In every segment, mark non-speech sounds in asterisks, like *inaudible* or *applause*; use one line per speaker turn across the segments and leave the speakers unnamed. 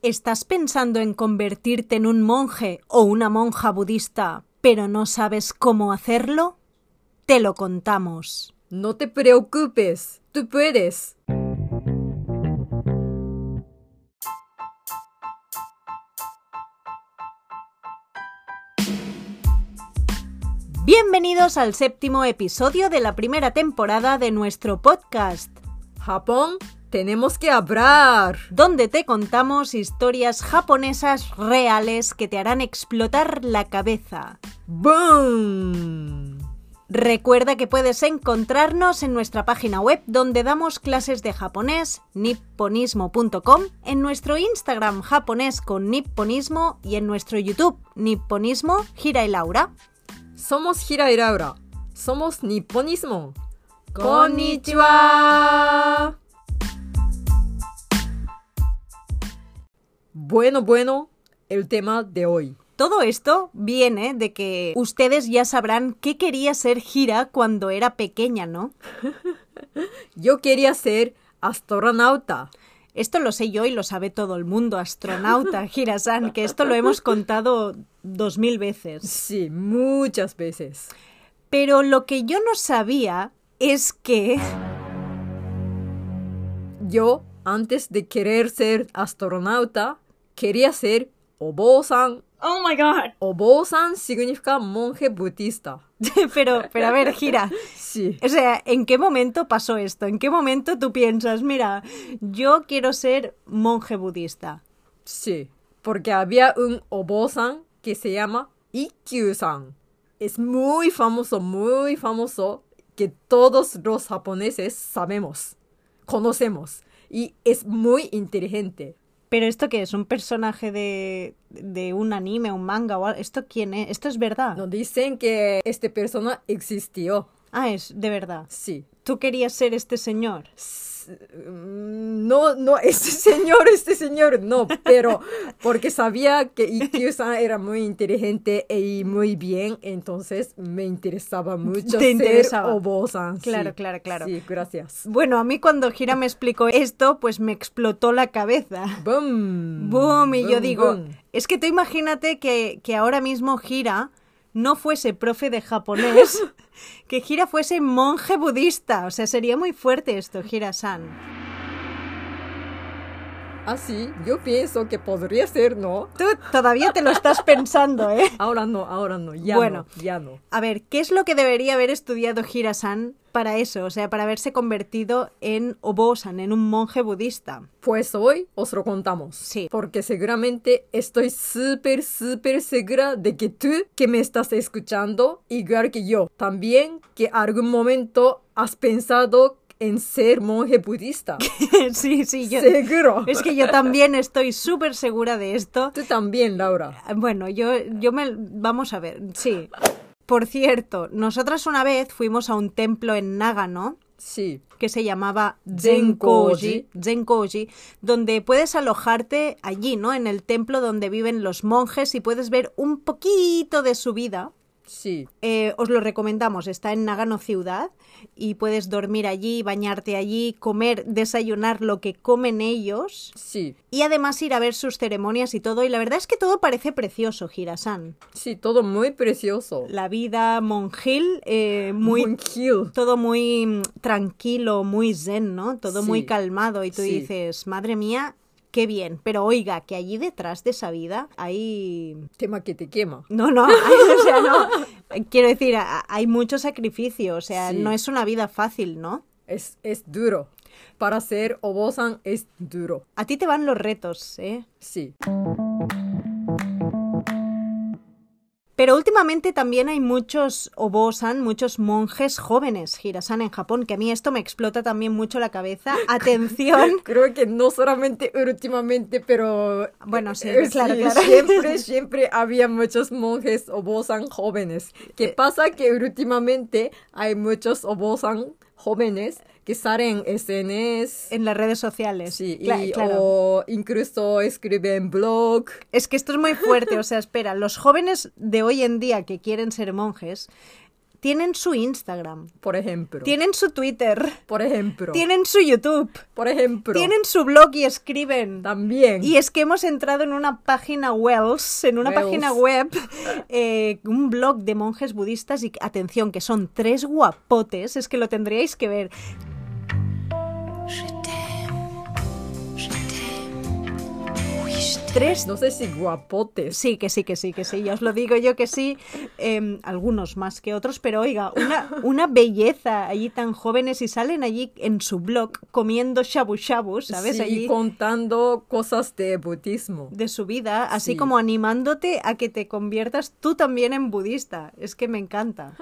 ¿Estás pensando en convertirte en un monje o una monja budista, pero no sabes cómo hacerlo? Te lo contamos.
No te preocupes, tú puedes.
Bienvenidos al séptimo episodio de la primera temporada de nuestro podcast,
Japón, tenemos que hablar.
donde te contamos historias japonesas reales que te harán explotar la cabeza.
¡Boom!
Recuerda que puedes encontrarnos en nuestra página web donde damos clases de japonés, nipponismo.com, en nuestro Instagram japonés con nipponismo y en nuestro YouTube nipponismo, Gira y Laura.
Somos Hira y Laura. Somos Nipponismo.
¡Konnichiwa!
Bueno, bueno, el tema de hoy.
Todo esto viene de que ustedes ya sabrán qué quería ser Gira cuando era pequeña, ¿no?
Yo quería ser astronauta.
Esto lo sé yo y lo sabe todo el mundo, *laughs* astronauta, Gira-san, que esto lo hemos contado dos mil veces.
Sí, muchas veces.
Pero lo que yo no sabía es que...
Yo, antes de querer ser astronauta, quería ser obosan.
¡Oh, my God!
Obosan significa monje budista.
*laughs* pero, pero a ver, Gira,
Sí.
o sea, ¿en qué momento pasó esto? ¿En qué momento tú piensas, mira, yo quiero ser monje budista?
Sí, porque había un obosan que se llama Ikkyu-san. Es muy famoso, muy famoso, que todos los japoneses sabemos, conocemos, y es muy inteligente.
¿Pero esto qué es? ¿Un personaje de, de un anime, un manga o algo? ¿Esto quién es? ¿Esto es verdad?
Nos dicen que esta persona existió.
Ah, es de verdad.
Sí.
¿Tú querías ser este señor?
S- mm, No, no, *laughs* este señor, este señor, no, pero porque sabía que Ikkyu-san era muy inteligente e y muy bien, entonces me interesaba
Te
mucho ser
interesaba.
Obo-san. sí.
Claro, claro, claro.
Sí, gracias.
Bueno, a mí cuando Gira me explicó esto, pues me explotó la cabeza.
Boom.
Boom, y yo
Boom,
digo,
boom.
es que tú imagínate que, que ahora mismo Gira no fuese profe de
*laughs*
japonés, que Gira fuese monje budista. O sea, sería muy fuerte esto, Gira-san.
Así, Ah, yo pienso que podría ser, ¿no?
Tú todavía te lo estás pensando, ¿eh?
Ahora no, ahora no, ya
Bueno.
no, ya no.
A ver, ¿qué es lo que debería haber estudiado Gira-san para eso? O sea, para haberse convertido en Obosan, en un monje budista. *laughs*
Pues hoy os lo contamos.
Sí.
Porque seguramente estoy súper, súper segura de que tú que me estás escuchando, igual que yo, también que algún momento has pensado en ser
*laughs*
monje budista.
sí, sí, yo...
Seguro.
*laughs* Es que yo también estoy súper segura de esto.
Tú también, Laura.
Ah, Bueno, yo, yo me... Vamos a ver, sí. Por cierto, nosotras una vez fuimos a un templo en Nagano
Sí.
que se llamaba Zenkoji,
Zenkoji.
Zenkoji, donde puedes alojarte allí, ¿no? En el templo donde viven los monjes y puedes ver un poquito de su vida.
Sí.
Eh, os lo recomendamos, está en Nagano Ciudad y puedes dormir allí, bañarte allí, comer, desayunar lo que comen ellos
Sí.
y además ir a ver sus ceremonias y todo. Y la verdad es que todo parece precioso, Girasan.
Sí, todo muy precioso.
La vida monjil, eh, muy,
Monjil.
todo muy mm, tranquilo, muy zen, ¿no? Todo
Sí.
muy calmado y tú
Sí.
dices, madre mía, qué bien. Pero oiga, que allí detrás de esa vida hay
Tema que te quema.
No, no, *laughs* o sea, no. Quiero decir, a- hay mucho sacrificio, o sea,
Sí.
no es una vida fácil, ¿no?
Es, es duro. Para ser obosan es duro.
A ti te van los retos, ¿eh?
Sí.
Pero últimamente también hay muchos obosan, muchos monjes jóvenes, Hirasan, en Japón, que a mí esto me explota también mucho la
*laughs*
cabeza. Atención.
Creo que no solamente últimamente, pero...
Bueno, sí,
eh,
claro, claro. *laughs*
Siempre, siempre había muchos monjes obosan jóvenes. ¿Qué
Eh,
pasa? Que últimamente hay muchos obosan jóvenes que salen en SNS.
En las redes sociales.
Sí, y-
Cla- claro.
o incluso escriben blog.
Es
*laughs*
que esto es muy fuerte, o sea, espera, los jóvenes de hoy en día que quieren ser monjes Tienen su Instagram.
Por ejemplo.
Tienen su Twitter.
Por ejemplo.
Tienen su YouTube.
Por ejemplo.
Tienen su blog y escriben.
También.
Y es que hemos entrado en una página Wells, en una
Wells.
página web, eh, un blog de monjes budistas y atención, que son tres guapotes, es que lo tendríais que ver. Tres...
No sé si guapotes.
Sí, que sí, que sí, que sí, ya os lo digo yo que sí, eh, algunos más que otros, pero oiga, una, una belleza allí tan jóvenes y salen allí en su blog comiendo shabu shabu, ¿sabes?
Sí,
allí
Y contando cosas de budismo.
de su vida, así
Sí.
como animándote a que te conviertas tú también en budista. Es que me
*laughs*
encanta.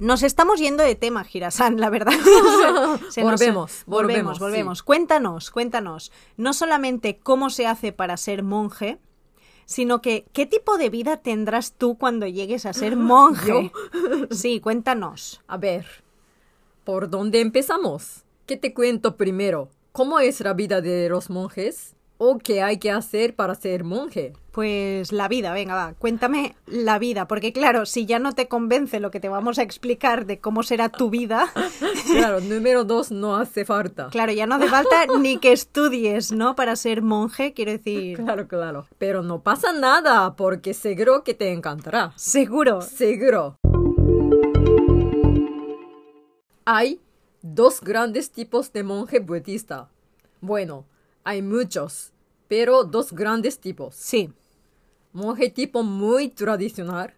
Nos estamos yendo de tema, Girasan, la
*laughs*
verdad. Se nos-
Volvemos,
volvemos,
volvemos,
volvemos. Cuéntanos, cuéntanos, no solamente cómo se hace para ser monje, sino que qué tipo de vida tendrás tú cuando llegues a
*laughs*
ser monje. Sí, cuéntanos.
A ver, ¿por dónde empezamos? ¿Qué te cuento primero? ¿Cómo es la vida de los monjes? ¿O qué hay que hacer para ser monje?
Pues la vida, venga, va, cuéntame la vida, porque claro, si ya no te convence lo que te vamos a explicar de cómo será tu vida,
Claro, número dos no hace falta.
claro, ya no hace falta ni que estudies, ¿no? Para ser monje, quiero decir,
Claro, claro. Pero no pasa nada porque seguro que te encantará.
seguro.
Seguro. Hay dos grandes tipos de monje budista. Bueno, hay muchos, pero dos grandes tipos.
Sí,
Monje tipo muy tradicional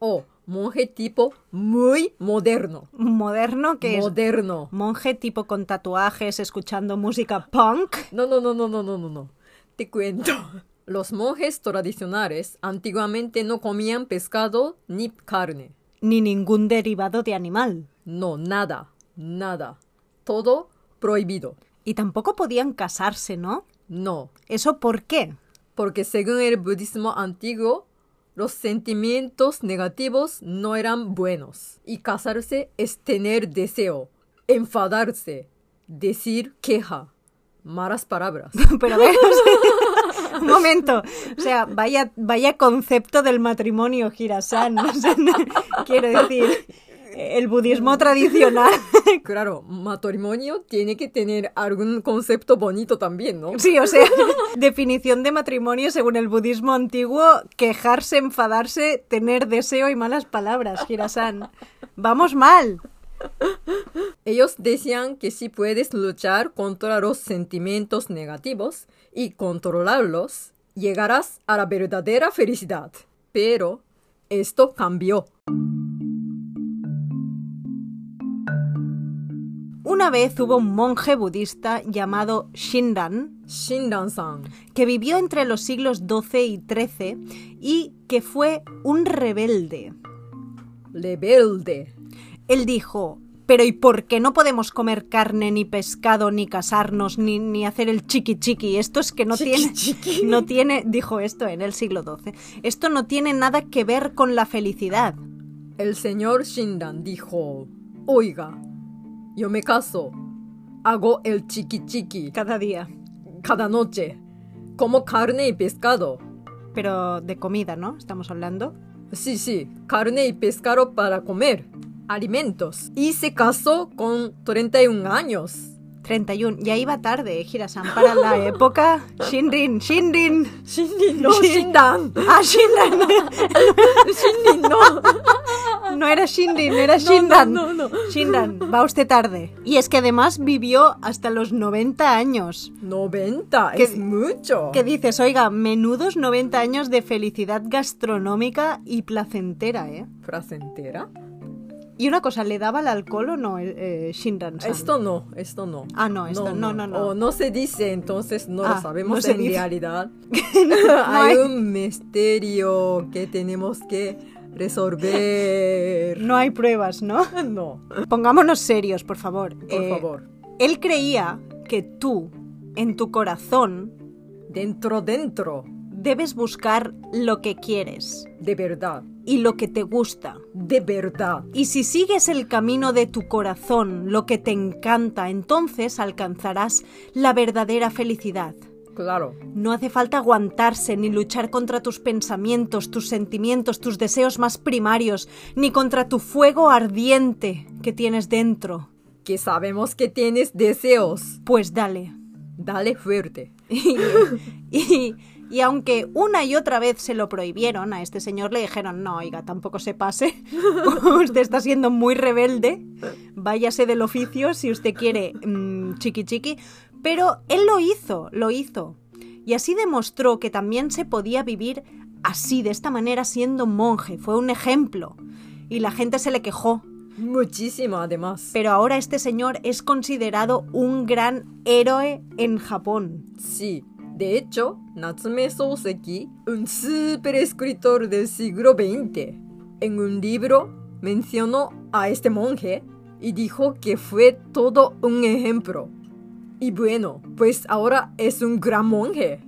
o monje tipo muy moderno.
moderno que es
Moderno.
monje tipo con tatuajes, escuchando música punk.
No, no, no, no, no, no, no, no. Te cuento. Los monjes tradicionales antiguamente no comían pescado ni carne.
ni ningún derivado de animal.
No, nada, nada. Todo prohibido.
Y tampoco podían casarse, ¿no?
No,
¿Eso por qué?
porque según el budismo antiguo, los sentimientos negativos no eran buenos. Y casarse es tener deseo, enfadarse, decir queja, malas palabras.
*laughs* Pero a ver, o sea, *laughs* un momento. O sea, vaya, vaya concepto del matrimonio Girasan. O sea, no- *laughs* quiero decir, el budismo tradicional. *laughs*
Claro, matrimonio tiene que tener algún concepto bonito también, ¿no?
Sí, o sea, *laughs* definición de matrimonio según el budismo antiguo, quejarse, enfadarse, tener deseo y malas palabras, Girasan. Vamos mal.
Ellos decían que si puedes luchar contra los sentimientos negativos y controlarlos, llegarás a la verdadera felicidad. Pero esto cambió.
Una vez hubo un monje budista llamado Shinran,
Shinran-san.
que vivió entre los siglos XII y XIII y que fue un rebelde.
Rebelde.
Él dijo, pero ¿y por qué no podemos comer carne, ni pescado, ni casarnos, ni, ni hacer el chiqui chiqui? Esto es que no
Chiqui
tiene...
chiqui.
No tiene, dijo esto en el siglo XII, esto no tiene nada que ver con la felicidad.
El señor Shinran dijo, oiga, yo me caso, hago el chiqui chiqui
Cada día.
cada noche, como carne y pescado.
Pero de comida, ¿no? Estamos hablando.
Sí, sí, carne y pescado para comer, alimentos. Y se casó con 31 años.
31. Ya iba tarde, eh, Hirasan, para la época. Shinrin, Shinrin.
Shinrin no,
Sí.
Shinran.
Ah, Shinran.
Shinrin no.
No era Shinrin, era Shinran.
No, no, no.
Shinran, va usted tarde. Y es que además vivió hasta los 90 años.
90,
Que-
es mucho.
Que dices, oiga, menudos 90 años de felicidad gastronómica y placentera, ¿eh?
¿Frase entera?
Y una cosa, ¿le daba el alcohol o no eh, Shinran?
Esto no, esto no.
Ah, no, esto no, no, no.
O no se dice, entonces no
Ah,
lo sabemos
no se
en
dice. *laughs*
realidad.
hay-
*laughs* hay un misterio que tenemos que resolver.
No hay pruebas, *laughs* ¿no?
No,
Pongámonos serios, por favor.
por
Eh,
favor.
Él creía que tú, en tu corazón,
Dentro, dentro,
debes buscar lo que quieres
de verdad.
y lo que te gusta.
De verdad.
Y si sigues el camino de tu corazón, lo que te encanta, entonces alcanzarás la verdadera felicidad.
Claro.
No hace falta aguantarse ni luchar contra tus pensamientos, tus sentimientos, tus deseos más primarios, ni contra tu fuego ardiente que tienes dentro.
Que sabemos que tienes deseos.
Pues dale.
Dale fuerte.
Y, *laughs* y- y aunque una y otra vez se lo prohibieron, a este señor le dijeron, no, oiga, tampoco se pase, *laughs* usted está siendo muy rebelde, váyase del oficio si usted quiere, mm, chiqui chiqui, pero él lo hizo, lo hizo. Y así demostró que también se podía vivir así, de esta manera, siendo monje, fue un ejemplo. Y la gente se le quejó,
Muchísimo además.
pero ahora este señor es considerado un gran héroe en Japón.
Sí. De hecho, Natsume Soseki, un super escritor del siglo XX, en un libro mencionó a este monje y dijo que fue todo un ejemplo. Y bueno, pues ahora es un gran monje.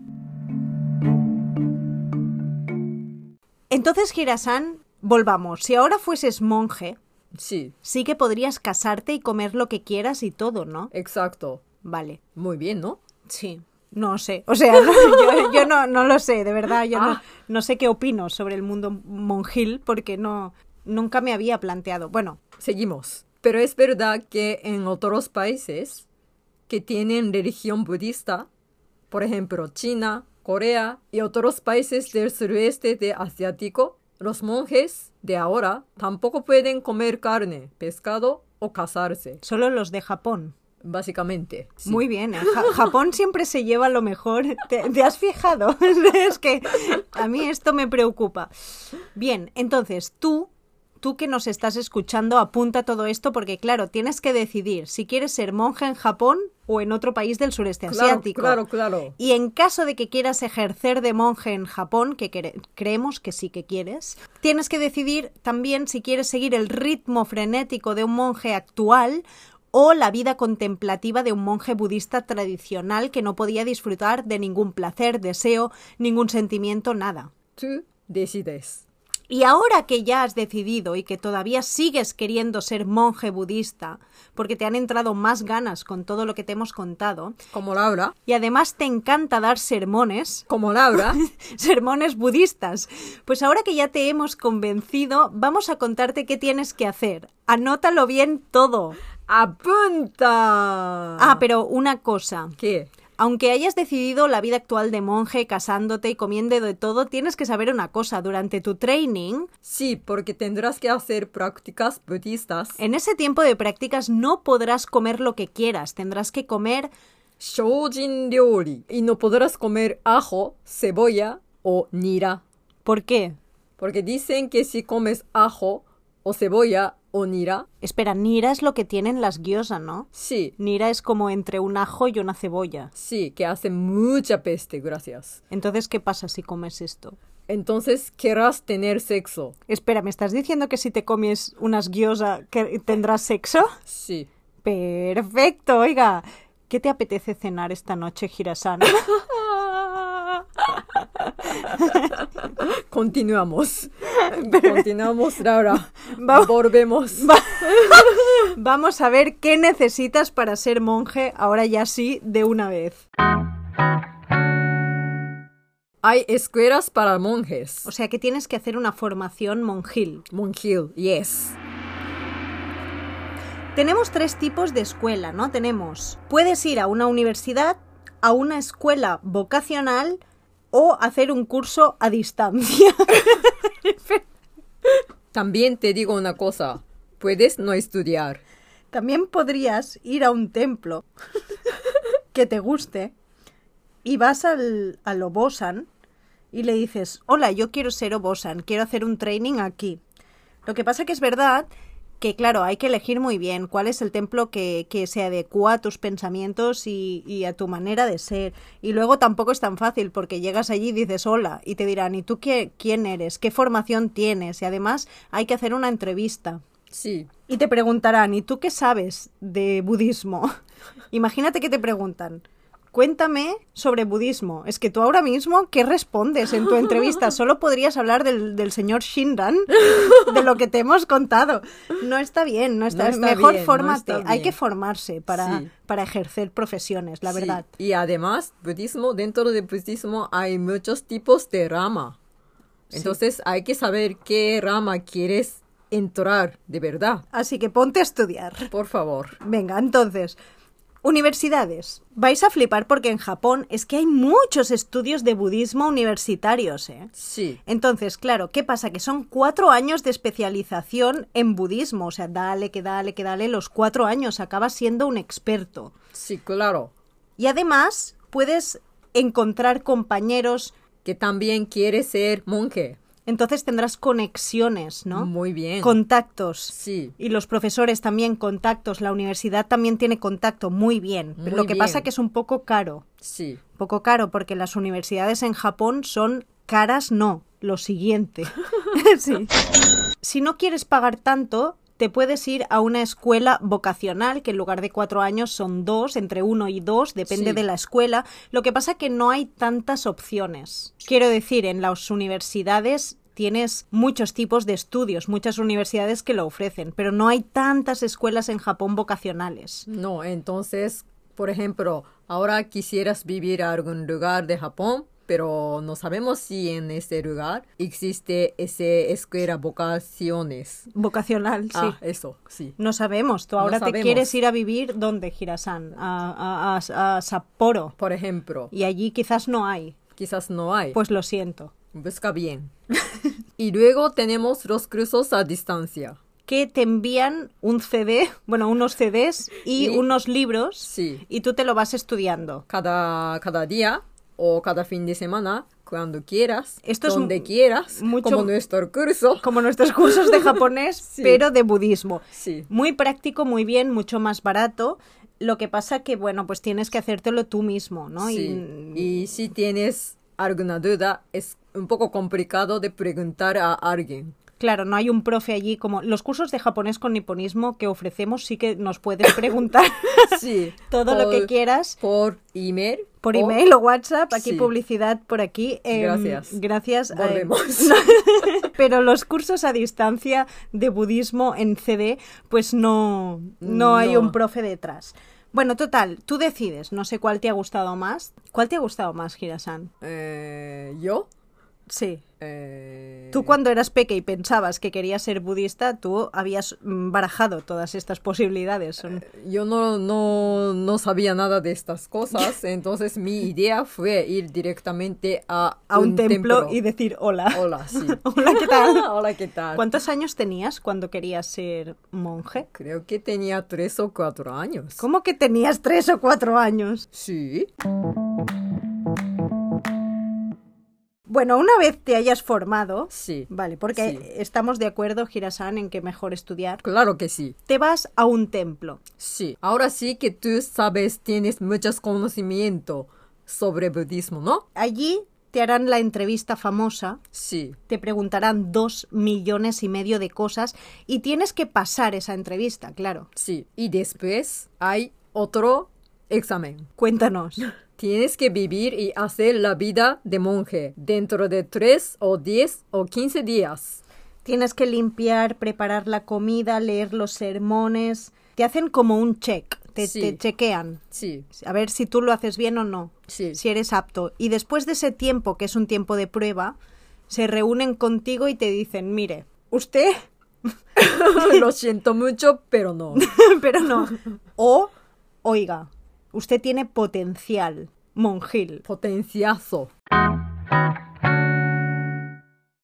Entonces, Girasan, volvamos. Si ahora fueses monje,
Sí,
sí que podrías casarte y comer lo que quieras y todo, ¿no?
exacto.
Vale.
Muy bien, ¿no?
Sí. No sé. O sea, *laughs* no, yo, yo no, no lo sé, de verdad. Yo no,
Ah.
no sé qué opino sobre el mundo monjil porque no nunca me había planteado. Bueno,
Seguimos. Pero es verdad que en otros países que tienen religión budista, por ejemplo China, Corea y otros países del sureste de asiático, los monjes de ahora tampoco pueden comer carne, pescado o casarse,
solo los de Japón.
básicamente. Sí.
Muy bien, ¿eh? Ja- Japón siempre se lleva lo mejor. *laughs* ¿Te, te has fijado? *laughs* es que a mí esto me preocupa. Bien, entonces tú, tú que nos estás escuchando, apunta todo esto porque claro, tienes que decidir si quieres ser monje en Japón o en otro país del sureste
claro,
asiático.
claro, claro.
Y en caso de que quieras ejercer de monje en Japón, que cre- creemos que sí que quieres, tienes que decidir también si quieres seguir el ritmo frenético de un monje actual o la vida contemplativa de un monje budista tradicional que no podía disfrutar de ningún placer, deseo, ningún sentimiento, nada.
Tú decides.
Y ahora que ya has decidido y que todavía sigues queriendo ser monje budista, porque te han entrado más ganas con todo lo que te hemos contado,
Como Laura,
y además te encanta dar sermones, *laughs*
como Laura,
sermones budistas. Pues ahora que ya te hemos convencido, vamos a contarte qué tienes que hacer. Anótalo bien todo.
apunta.
Ah, pero una cosa.
¿Qué?
Aunque hayas decidido la vida actual de monje, casándote y comiendo de todo, tienes que saber una cosa. Durante tu training,
Sí, porque tendrás que hacer prácticas budistas.
en ese tiempo de prácticas no podrás comer lo que quieras. Tendrás que comer
Shoujin ryori. Y no podrás comer ajo, cebolla o nira.
¿Por qué?
Porque dicen que si comes ajo o cebolla o nira,
Espera, nira es lo que tienen las gyoza, ¿no?
sí,
Nira es como entre un ajo y una cebolla.
sí, que hace mucha peste, gracias.
Entonces, ¿qué pasa si comes esto?
Entonces querrás tener sexo.
Espera, ¿me estás diciendo que si te comes unas gyoza que tendrás sexo?
Sí. *laughs*
Perfecto, oiga. ¿Qué te apetece cenar esta noche, Girasana?
Continuamos. Continuamos, Laura. Volvemos.
Vamos a ver qué necesitas para ser monje ahora ya sí de una vez.
Hay escuelas para monjes.
O sea que tienes que hacer una formación monjil.
Monjil, yes.
Tenemos tres tipos de escuela, ¿no? Tenemos, puedes ir a una universidad, a una escuela vocacional o hacer un curso a distancia.
También te digo una cosa, puedes no estudiar.
También podrías ir a un templo *laughs* que te guste y vas al, al Obosan y le dices, hola, yo quiero ser Obosan, quiero hacer un training aquí. Lo que pasa que es verdad que, claro, hay que elegir muy bien cuál es el templo que, que se adecua a tus pensamientos y, y a tu manera de ser. Y luego tampoco es tan fácil porque llegas allí y dices hola y te dirán, ¿y tú qué, quién eres? ¿Qué formación tienes? Y además hay que hacer una entrevista.
Sí,
Y te *laughs* preguntarán, ¿y tú qué sabes de budismo? Imagínate que te preguntan, Cuéntame sobre budismo. Es que tú ahora mismo, ¿qué respondes en tu
*laughs*
entrevista? Solo podrías hablar del, del señor Shinran, de lo que te hemos contado. No está bien, no está,
No está
mejor
bien, no
fórmate.
está
Hay
bien.
que formarse para,
Sí.
para ejercer profesiones, la
Sí,
verdad.
Y además, budismo, dentro del budismo hay muchos tipos de rama. Entonces hay que saber qué rama quieres entrar de verdad.
Así que ponte a estudiar.
Por favor.
Venga, entonces, universidades. Vais a flipar porque en Japón es que hay muchos estudios de budismo universitarios, ¿eh?
Sí.
Entonces, claro, ¿qué pasa? Que son cuatro años de especialización en budismo. O sea, dale, que dale, que dale, los cuatro años acabas siendo un experto.
Sí, claro.
Y además, puedes encontrar compañeros,
Que también quieres ser monje.
entonces tendrás conexiones, ¿no?
Muy bien.
Contactos.
Sí.
Y los profesores también contactos, la universidad también tiene contacto, muy bien. Pero
Muy
lo que pasa
bien.
que es un poco caro,
Sí.
poco caro, porque las universidades en Japón son caras, no, lo *laughs* siguiente. Sí. Si no quieres pagar tanto, te puedes ir a una escuela vocacional, que en lugar de cuatro años son dos, entre uno y dos, depende
Sí.
de la escuela. Lo que pasa que no hay tantas opciones. Quiero decir, en las universidades tienes muchos tipos de estudios, muchas universidades que lo ofrecen, pero no hay tantas escuelas en Japón vocacionales.
No, entonces, por ejemplo, ahora quisieras vivir a algún lugar de Japón, pero no sabemos si en ese lugar existe esa escuela vocaciones.
Vocacional, sí.
Ah, eso, sí.
No sabemos. Tú ahora te
sabemos.
quieres ir a vivir ¿dónde, Girasan? A, a- a- a Sapporo.
Por ejemplo,
Y allí quizás no hay.
quizás no hay.
Pues lo siento. *laughs*
Busca bien. y luego tenemos los cursos a distancia.
Que te envían un CD, *laughs* bueno, unos CDs y,
Y-
unos libros.
Sí.
Y tú te lo vas estudiando.
Cada, cada día o cada fin de semana, cuando quieras,
Esto es
donde
mu-
quieras,
mucho-
como nuestro curso.
Como nuestros *laughs* cursos de japonés,
Sí.
pero de budismo.
Sí.
Muy práctico, muy bien, mucho más barato. Lo que pasa que, bueno, pues tienes que hacértelo tú mismo, ¿no?
Sí, Y si tienes alguna duda, es un poco complicado de preguntar
*laughs*
a alguien.
Claro, no hay un profe allí como los cursos de japonés con niponismo que ofrecemos sí que nos puedes *laughs* preguntar
Sí.
todo lo que
por-
quieras
Por email.
por
o-
email o WhatsApp, aquí
Sí.
publicidad por aquí. em,
Gracias.
Gracias. eh,
Volvemos.
*laughs*
*laughs*
pero los cursos a distancia de budismo en CD, pues no, no hay
No.
un profe detrás. Bueno, total, tú decides, no sé cuál te ha gustado más. ¿Cuál te ha gustado más, Girasan?
Eh, yo.
Sí.
eh,
Tú cuando eras peque y pensabas que querías ser budista, tú habías mm, barajado todas estas posibilidades. Son-
Yo no, no, no sabía nada de estas
*laughs*
cosas, entonces mi idea fue ir directamente a,
A Eh, un, templo, y decir hola.
*laughs* Hola, sí.
*laughs* Hola, ¿qué tal?
*laughs* Hola, ¿qué tal?
¿Cuántos años tenías cuando querías ser monje?
Creo que tenía tres o cuatro años.
¿Cómo que tenías tres o cuatro años?
Sí.
Bueno, una vez te hayas formado,
Sí.
vale, porque
Sí.
estamos de acuerdo, Girasan, en que mejor estudiar,
Claro que sí.
te vas a un templo.
Sí, ahora sí que tú sabes, tienes muchos conocimientos sobre budismo, ¿no?
Allí te harán la entrevista famosa,
Sí,
te preguntarán dos millones y medio de cosas y tienes que pasar esa entrevista, claro.
sí. Y después hay otro examen.
Cuéntanos.
Tienes que vivir y hacer la vida de monje dentro de 3 o 10 o 15 días.
*laughs* Tienes que limpiar, preparar la comida, leer los sermones. Te hacen como un check, te,
Sí.
te chequean.
Sí,
A ver si tú lo haces bien o no,
sí,
si eres apto. Y después de ese tiempo, que es un tiempo de prueba, se reúnen contigo y te dicen, mire, usted,
*laughs*
*laughs*
Lo siento mucho,
*laughs*
pero no.
pero no. O, oiga, usted tiene potencial, monjil.
Potenciazo.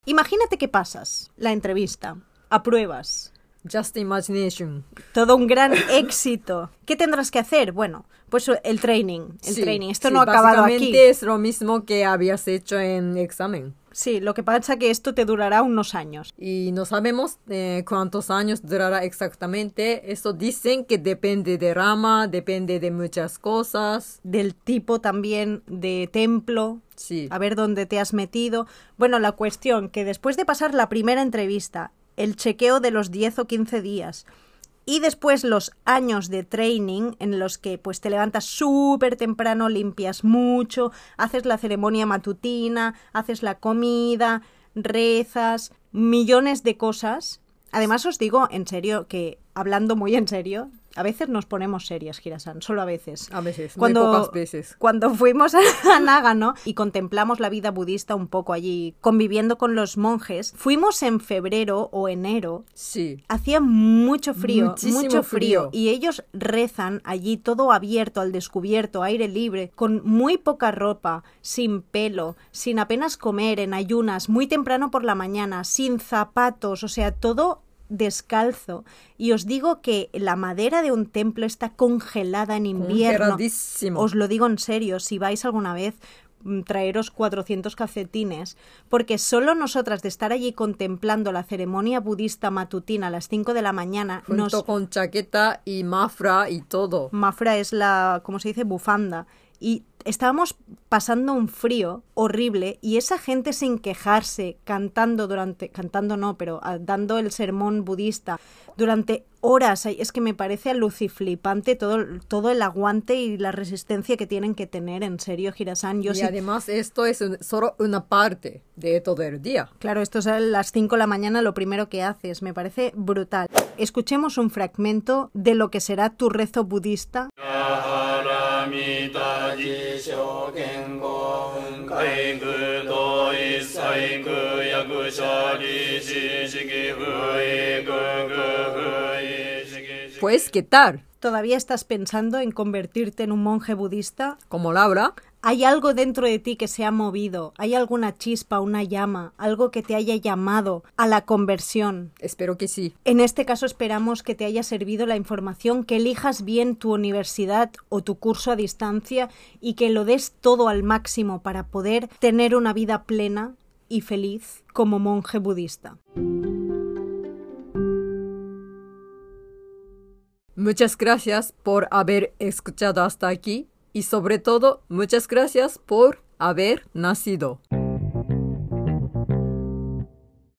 Imagínate que pasas la entrevista, apruebas,
Just imagination.
Todo un gran éxito. ¿Qué tendrás que hacer? Bueno, pues el training. El
Sí,
training. Esto
sí,
no ha acabado aquí.
Básicamente es lo mismo que habías hecho en examen.
Sí, lo que pasa que esto te durará unos años.
Y no sabemos eh, cuántos años durará exactamente. Eso dicen que depende de rama, depende de muchas cosas.
Del tipo también de templo.
Sí,
A ver dónde te has metido. Bueno, la cuestión que después de pasar la primera entrevista, el chequeo de los 10 o 15 días, Y después los años de training en los que pues te levantas súper temprano, limpias mucho, haces la ceremonia matutina, haces la comida, rezas, millones de cosas. Además os digo en serio que hablando muy en serio, a veces nos ponemos serias, Girasan, solo a veces.
A veces,
Cuando-
muy pocas veces.
Cuando fuimos a *laughs* Nagano y contemplamos la vida budista un poco allí, conviviendo con los monjes, fuimos en febrero o enero.
Sí.
Hacía mucho frío,
Muchísimo
mucho frío,
frío.
Y ellos rezan allí todo abierto, al descubierto, aire libre, con muy poca ropa, sin pelo, sin apenas comer, en ayunas, muy temprano por la mañana, sin zapatos, o sea, todo descalzo. Y os digo que la madera de un templo está congelada en invierno.
Congeladísimo.
Os lo digo en serio, si vais alguna vez, mm, traeros 400 calcetines, porque solo nosotras de estar allí contemplando la ceremonia budista matutina a las 5 de la mañana,
Junto
nos...
con chaqueta y mafra y todo.
Mafra es la, ¿cómo se dice? Bufanda. Y estábamos pasando un frío horrible y esa gente sin quejarse, cantando durante, cantando no, pero ah, dando el sermón budista durante horas. Ay, Es que me parece aluciflipante todo, el- todo el aguante y la resistencia que tienen que tener, en serio, Girasan. Yo
y
sí-
además esto es un- solo una parte de todo el día.
Claro, esto es a las 5 de la mañana lo primero que haces. Me parece brutal. Escuchemos un fragmento de lo que será tu rezo budista
ハラミタジ証券後海空同一最空役者利子式不意空空不意式
Pues, ¿qué tal?
¿Todavía estás pensando en convertirte en un monje budista?
Como Laura,
¿Hay algo dentro de ti que se ha movido? ¿Hay alguna chispa, una llama, algo que te haya llamado a la conversión?
espero que sí.
En este caso esperamos que te haya servido la información, que elijas bien tu universidad o tu curso a distancia y que lo des todo al máximo para poder tener una vida plena y feliz como monje budista.
Muchas gracias por haber escuchado hasta aquí y sobre todo muchas gracias por haber nacido.